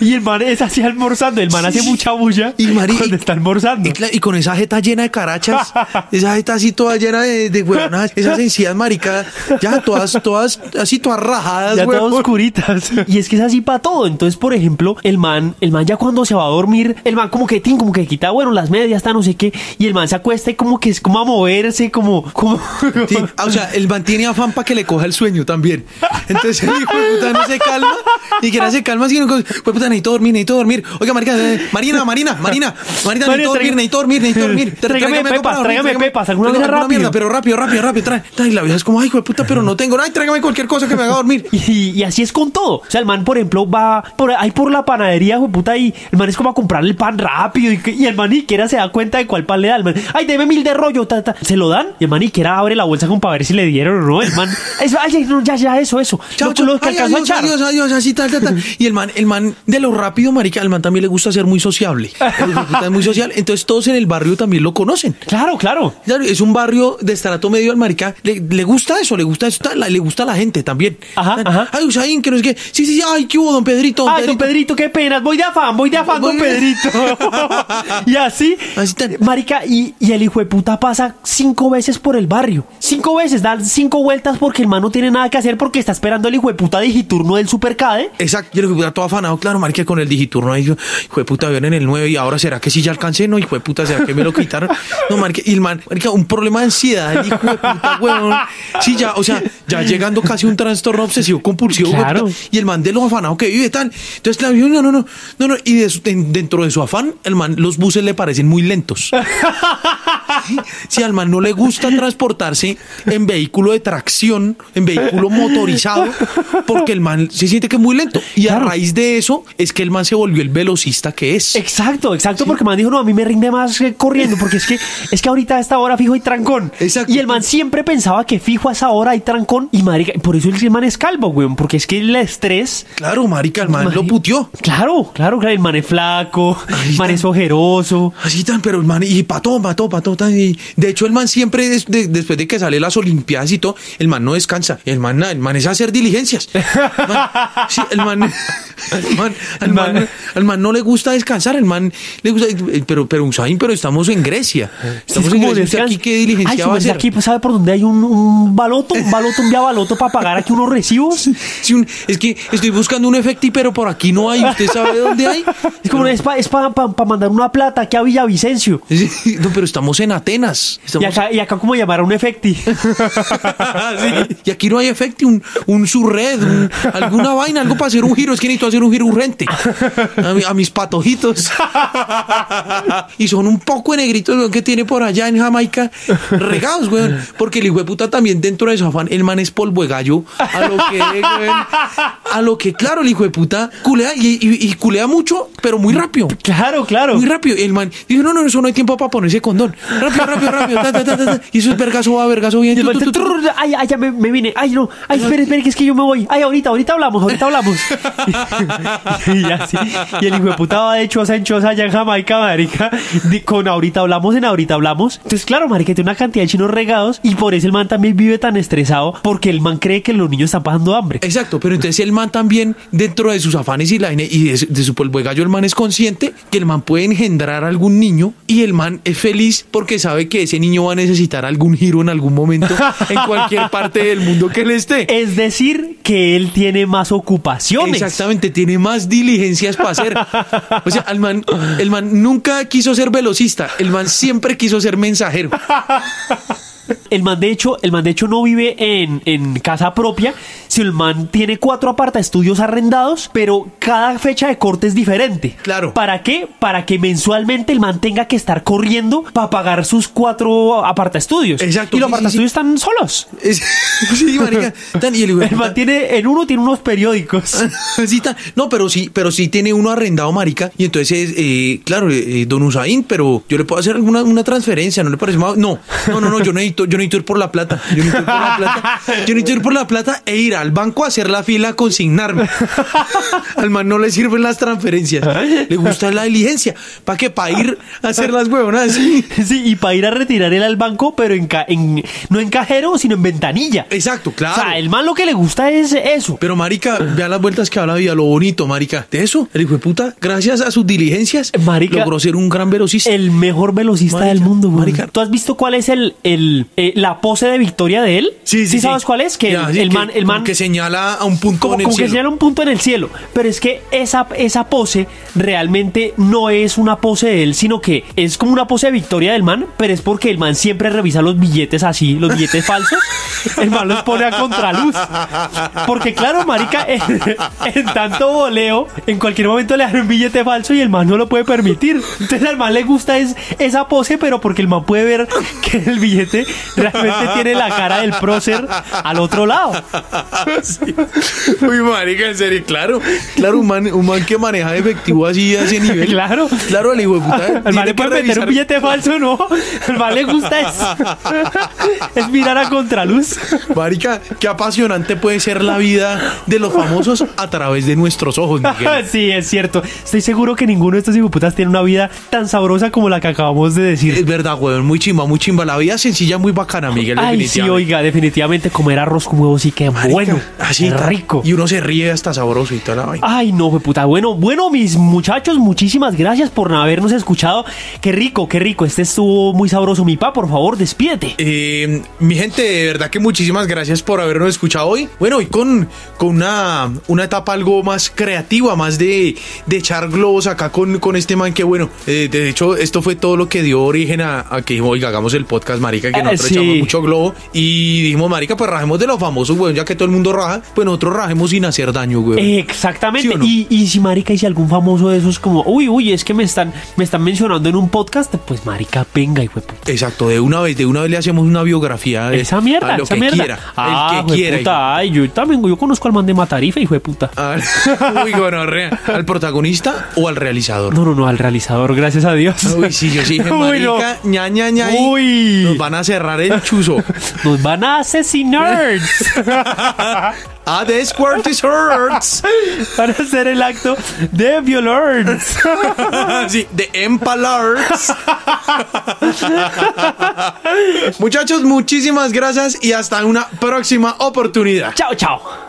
Speaker 1: y el man es así almorzando, el man hace mucha bulla
Speaker 2: Y mari-
Speaker 1: cuando
Speaker 2: y-
Speaker 1: está almorzando.
Speaker 2: Y, cla- y con esa jeta llena de carachas, esa jeta así toda llena de, de huevonas, esas encías maricadas, ya todas, todas, así todas rajadas,
Speaker 1: ya todas
Speaker 2: huevón.
Speaker 1: oscuritas. Y es que es así para todo. Entonces, por ejemplo, el man, el man ya cuando se va a dormir, el man como que tin, como que quita, bueno, las medias, está no sé qué, y el man se acuesta y como que es como a moverse, como, como.
Speaker 2: Sí, ah, o sea, el man tiene afán para que le coja el sueño también. Entonces el hijo de puta no se calma, ni que no se calma, sino que, "Hijo de puta, necesito dormir, necesito dormir. Oiga, marica, eh, Marina, Marina, Marina,
Speaker 1: Marina,
Speaker 2: Marina, necesito dormir,
Speaker 1: tráigame-
Speaker 2: necesito dormir, necesito dormir. Tra-
Speaker 1: Tráigame
Speaker 2: algo para
Speaker 1: pepas,
Speaker 2: dormir,
Speaker 1: tráigame pepas, alguna
Speaker 2: tráigame
Speaker 1: cosa rápido.
Speaker 2: mierda, pero rápido, rápido, rápido, trae, trae. Y la vieja es como, ay, hijo de puta, pero no tengo, ay, tráigame cualquier cosa que me haga dormir.
Speaker 1: Y, y así es con todo. O sea, el man, por ejemplo, va por ahí por la panadería, puta, y el man es como a comprar el pan rápido. Y, que- y el man ni siquiera se da cuenta de cuál pan le da. El man, ay, deme mil de rollo, ta, ta. Se lo dan. Y el man ni siquiera abre la bolsa como para ver si le dieron o no. El man, eso, ay, no, ya, ya, eso, eso.
Speaker 2: Chao,
Speaker 1: Lo-
Speaker 2: chao.
Speaker 1: lo que
Speaker 2: Ay,
Speaker 1: alcanzó a
Speaker 2: adiós,
Speaker 1: echar.
Speaker 2: adiós, adiós, así tal, tal, tal. Y el man, el man de lo rápido, marica, al man también le gusta ser muy sociable. El hijo de puta Es muy social, entonces todos en el barrio también lo conocen.
Speaker 1: Claro, claro.
Speaker 2: Claro, es un barrio de estrato medio al marica. Le, le gusta eso, le gusta eso, ta- la- le gusta la gente también.
Speaker 1: Ajá, ajá.
Speaker 2: Ay, Usain, que no es que. Sí, sí, sí, ay, qué hubo, don Pedrito. Don
Speaker 1: Ay, don Pedrito, qué pena. Voy de afán, voy de afán, don
Speaker 2: Voy-
Speaker 1: Pedrito. y así,
Speaker 2: Así tan-
Speaker 1: marica, y, y el hijo de puta pasa cinco veces por el barrio. Cinco veces, dan cinco vueltas porque el man no tiene nada que hacer porque está esperando el hijo de puta digiturno del supercade.
Speaker 2: Exacto, yo le dije, todo afanado, claro, marica, con el digiturno ahí, yo, hijo de puta, vieron en el 9 y ahora será que sí ya alcancé, no, hijo de puta, será que me lo quitaron. No, marica, y el man, marica, un problema de ansiedad, el hijo de puta, huevón. Sí, ya, o sea, ya llegando casi a un trastorno obsesivo compulsivo, hijo de
Speaker 1: Claro.
Speaker 2: puta, y el man de lo afanado que vive tan. Entonces, claro, yo, no, no, no, no, no, y de su- en- dentro de su afán, el man, los buses le parecen muy lentos. Si al man no le gusta transportarse en vehículo de tracción, en vehículo motorizado, porque el man se siente que es muy lento. Y a raíz de eso es que el man se volvió el velocista que es.
Speaker 1: Exacto, exacto, porque el man dijo, no, a mí me rinde más eh, corriendo, porque es que, es que ahorita a esta hora fijo hay trancón.
Speaker 2: Exacto.
Speaker 1: Y el man siempre pensaba que fijo a esa hora hay trancón, y marica, por eso el man es calvo, weón, porque es que el estrés
Speaker 2: Claro, marica, el man lo
Speaker 1: Mari-
Speaker 2: puteó.
Speaker 1: Claro, claro, claro. El man es flaco, el man es ojeroso.
Speaker 2: Así tan, pero el man, y pató, pató, pató, tan, y de hecho el man siempre, des- de- después de que sale las olimpiadas y todo, el man no descansa, el man, nada, el man es hacer diligencias. El man, sí, el man, el man, al man- al man no le gusta descansar, el man le gusta, eh, pero, pero Usain, pero estamos en Grecia, estamos
Speaker 1: Sí,
Speaker 2: en
Speaker 1: como
Speaker 2: Grecia, ¿usted
Speaker 1: descanso.
Speaker 2: aquí qué diligencia
Speaker 1: Ay,
Speaker 2: va a
Speaker 1: súbase
Speaker 2: hacer?
Speaker 1: aquí, pues, ¿sabe por dónde hay un, un baloto? Un baloto, un vía baloto para pagar aquí unos recibos.
Speaker 2: Sí, un- es que estoy buscando un efecti, pero por aquí no hay, ¿usted sabe dónde hay?
Speaker 1: Es como, es para mandar una plata aquí a Villavicencio.
Speaker 2: Sí, No, pero estamos en Atenas.
Speaker 1: Y
Speaker 2: Estamos-
Speaker 1: acá, y acá como llamar a un efecti.
Speaker 2: Sí. Y aquí no hay efecto, un, un surred, un- alguna vaina, algo para hacer un giro. Es que necesito hacer un giro urgente a, mi- a mis patojitos. Y son un poco de negritos weón, que tiene por allá en Jamaica regados, weón. Porque el hijo de puta también dentro de su afán, el man es polvo de gallo. A lo que, weón, a lo que claro, el hijo de puta culea y, y- y culea mucho, pero muy rápido.
Speaker 1: claro, claro.
Speaker 2: Muy rápido. El man dijo, no, no, eso no hay tiempo para ponerse condón. Rápido, rápido, rápido. ta, ta, ta, ta, ta. Y eso es vergazo, va, vergazo, bien.
Speaker 1: Y el
Speaker 2: tu,
Speaker 1: man,
Speaker 2: tu, tu, tu.
Speaker 1: "Trrr, Ay, ay, ya me, me vine. Ay, no. Ay, espere, espere, que es que yo me voy. Ay, ahorita, ahorita hablamos, ahorita hablamos. y así. Y el hijo de puta va de choza en choza allá en Jamaica, marica. de- con ahorita hablamos, en ahorita hablamos. Entonces, claro, marica, tiene una cantidad de chinos regados. Y por eso el man también vive tan estresado. Porque el man cree que los niños están pasando hambre.
Speaker 2: Exacto, pero entonces el man también, dentro de sus afanes y, la, vaina y de, su- de su polvo de gallo, el man es consciente que el man puede engendrar algún niño y el man es feliz porque sabe que ese niño va a necesitar algún giro en algún momento en cualquier parte del mundo que él esté.
Speaker 1: Es decir, que él tiene más ocupaciones.
Speaker 2: Exactamente, tiene más diligencias para hacer. O sea, el man, el man nunca quiso ser velocista, el man siempre quiso ser mensajero.
Speaker 1: El man, de hecho, el man de hecho no vive en, en casa propia, sino el man tiene cuatro apartaestudios arrendados, pero cada fecha de corte es diferente.
Speaker 2: Claro.
Speaker 1: ¿Para qué? Para que mensualmente el man tenga que estar corriendo para pagar sus cuatro apartaestudios.
Speaker 2: Exacto,
Speaker 1: Y los
Speaker 2: sí, sí,
Speaker 1: apartaestudios están solos.
Speaker 2: Es- sí, marica. Tan- y el hijo de
Speaker 1: El man
Speaker 2: puta-
Speaker 1: tiene, en uno tiene unos periódicos.
Speaker 2: Sí, ta- no, pero sí, pero sí tiene uno arrendado, marica. Y entonces, eh, claro, eh, eh, don Usain, pero yo le puedo hacer alguna una transferencia, ¿no le parece mal? No, no, no, no, yo necesito, yo necesito ir por la plata. Yo necesito ir por la plata. Yo necesito ir por la plata e ir al banco a hacer la fila a consignarme. Al man no le sirven las transferencias. Le gusta la diligencia. ¿Para qué? Para ir a hacer las huevonas.
Speaker 1: Sí, y para ir a retirar él al banco, pero en, ca- en- no en cajero, sino en ventanilla.
Speaker 2: Exacto, claro.
Speaker 1: O sea, el man lo que le gusta es eso.
Speaker 2: Pero marica, vea las vueltas que habla vida, lo bonito, marica. De eso, el hijo de puta, gracias a sus diligencias,
Speaker 1: Marica,
Speaker 2: logró ser un gran velocista.
Speaker 1: El mejor velocista
Speaker 2: Marica,
Speaker 1: del mundo, güey.
Speaker 2: marica.
Speaker 1: ¿Tú has visto cuál es el, el eh, la pose de victoria de él? ¿Sabes cuál es? Que
Speaker 2: Ya,
Speaker 1: el,
Speaker 2: sí,
Speaker 1: el man, el
Speaker 2: como
Speaker 1: man
Speaker 2: que señala a un punto
Speaker 1: como,
Speaker 2: en el
Speaker 1: como que
Speaker 2: cielo.
Speaker 1: señala un punto en el cielo. Pero es que esa, esa pose realmente no es una pose de él, sino que es como una pose de victoria del man, pero es porque el man siempre revisa los billetes así, los billetes falsos. El man los pone a contraluz. Porque claro, marica, en, en tanto voleo, en cualquier momento le dan un billete falso y el man no lo puede permitir. Entonces al man le gusta es, esa pose, pero porque el man puede ver que el billete realmente tiene la cara del prócer al otro lado.
Speaker 2: Sí. Uy, marica, en serio, claro. Claro, un man, un man que maneja efectivo así a ese nivel.
Speaker 1: Claro.
Speaker 2: Claro, el hijo de puta.
Speaker 1: Al
Speaker 2: tiene
Speaker 1: man le
Speaker 2: que
Speaker 1: puede meter
Speaker 2: revisar-
Speaker 1: un billete falso, ¿no? Al man le gusta es, es mirar a contraluz.
Speaker 2: Marica, qué apasionante puede ser la vida de los famosos a través de nuestros ojos, Miguel.
Speaker 1: sí, es cierto. Estoy seguro que ninguno de estos hijueputas tiene una vida tan sabrosa como la que acabamos de decir.
Speaker 2: Es verdad, weón, muy chimba, muy chimba. La vida sencilla, muy bacana, Eh, Miguel.
Speaker 1: Ay, sí,
Speaker 2: definitivamente.
Speaker 1: oiga, definitivamente comer arroz con huevos sí que
Speaker 2: Marica,
Speaker 1: bueno.
Speaker 2: así ta-
Speaker 1: rico.
Speaker 2: Y uno se ríe hasta sabroso y toda la vaina.
Speaker 1: Ay, no, puta. Bueno, bueno, mis muchachos, muchísimas gracias por habernos escuchado. Qué rico, qué rico. Este estuvo muy sabroso. Mi pa, por favor, despídete.
Speaker 2: Eh, mi gente, de verdad que muchísimas gracias por habernos escuchado hoy. Bueno, hoy con, con una, una etapa algo más creativa, más de, de echar globos acá con, con este man que bueno, eh, de hecho esto fue todo lo que dio origen a, a que dijimos, oiga, hagamos el podcast, marica, que
Speaker 1: Eh,
Speaker 2: nosotros
Speaker 1: sí.
Speaker 2: echamos mucho globo. Y dijimos, marica, pues rajemos de los famosos, weón, ya que todo el mundo raja, pues nosotros rajemos sin hacer daño, weón.
Speaker 1: Eh. Exactamente.
Speaker 2: ¿Sí o no?
Speaker 1: y, y si marica, y si algún famoso de esos como, uy, uy, es que me están, me están mencionando en un podcast, pues marica, venga, hijo de puta.
Speaker 2: Exacto, de una vez, de una vez le hacemos una biografía de
Speaker 1: Esa mierda,
Speaker 2: Eh, a lo
Speaker 1: esa
Speaker 2: que
Speaker 1: mierda.
Speaker 2: quiera,
Speaker 1: ah,
Speaker 2: el que quiera. hijo. Ah.
Speaker 1: Puta, ay, yo también, yo conozco al man de Matarife, hijo de puta.
Speaker 2: Al- Uy, gonorrea. ¿Al protagonista o al realizador?
Speaker 1: No, no, no, al realizador, gracias a Dios.
Speaker 2: Ah, Uy, sí, yo sí dije,
Speaker 1: Uy, no.
Speaker 2: marica, ña, ña, ña, y
Speaker 1: Uy.
Speaker 2: Nos van a cerrar el chuzo.
Speaker 1: Nos van a asesinar.
Speaker 2: A the squirt is hurts.
Speaker 1: Van a hacer el acto de violor.
Speaker 2: sí, de empalars. Muchachos, muchísimas gracias y hasta una próxima oportunidad.
Speaker 1: Chao, chao.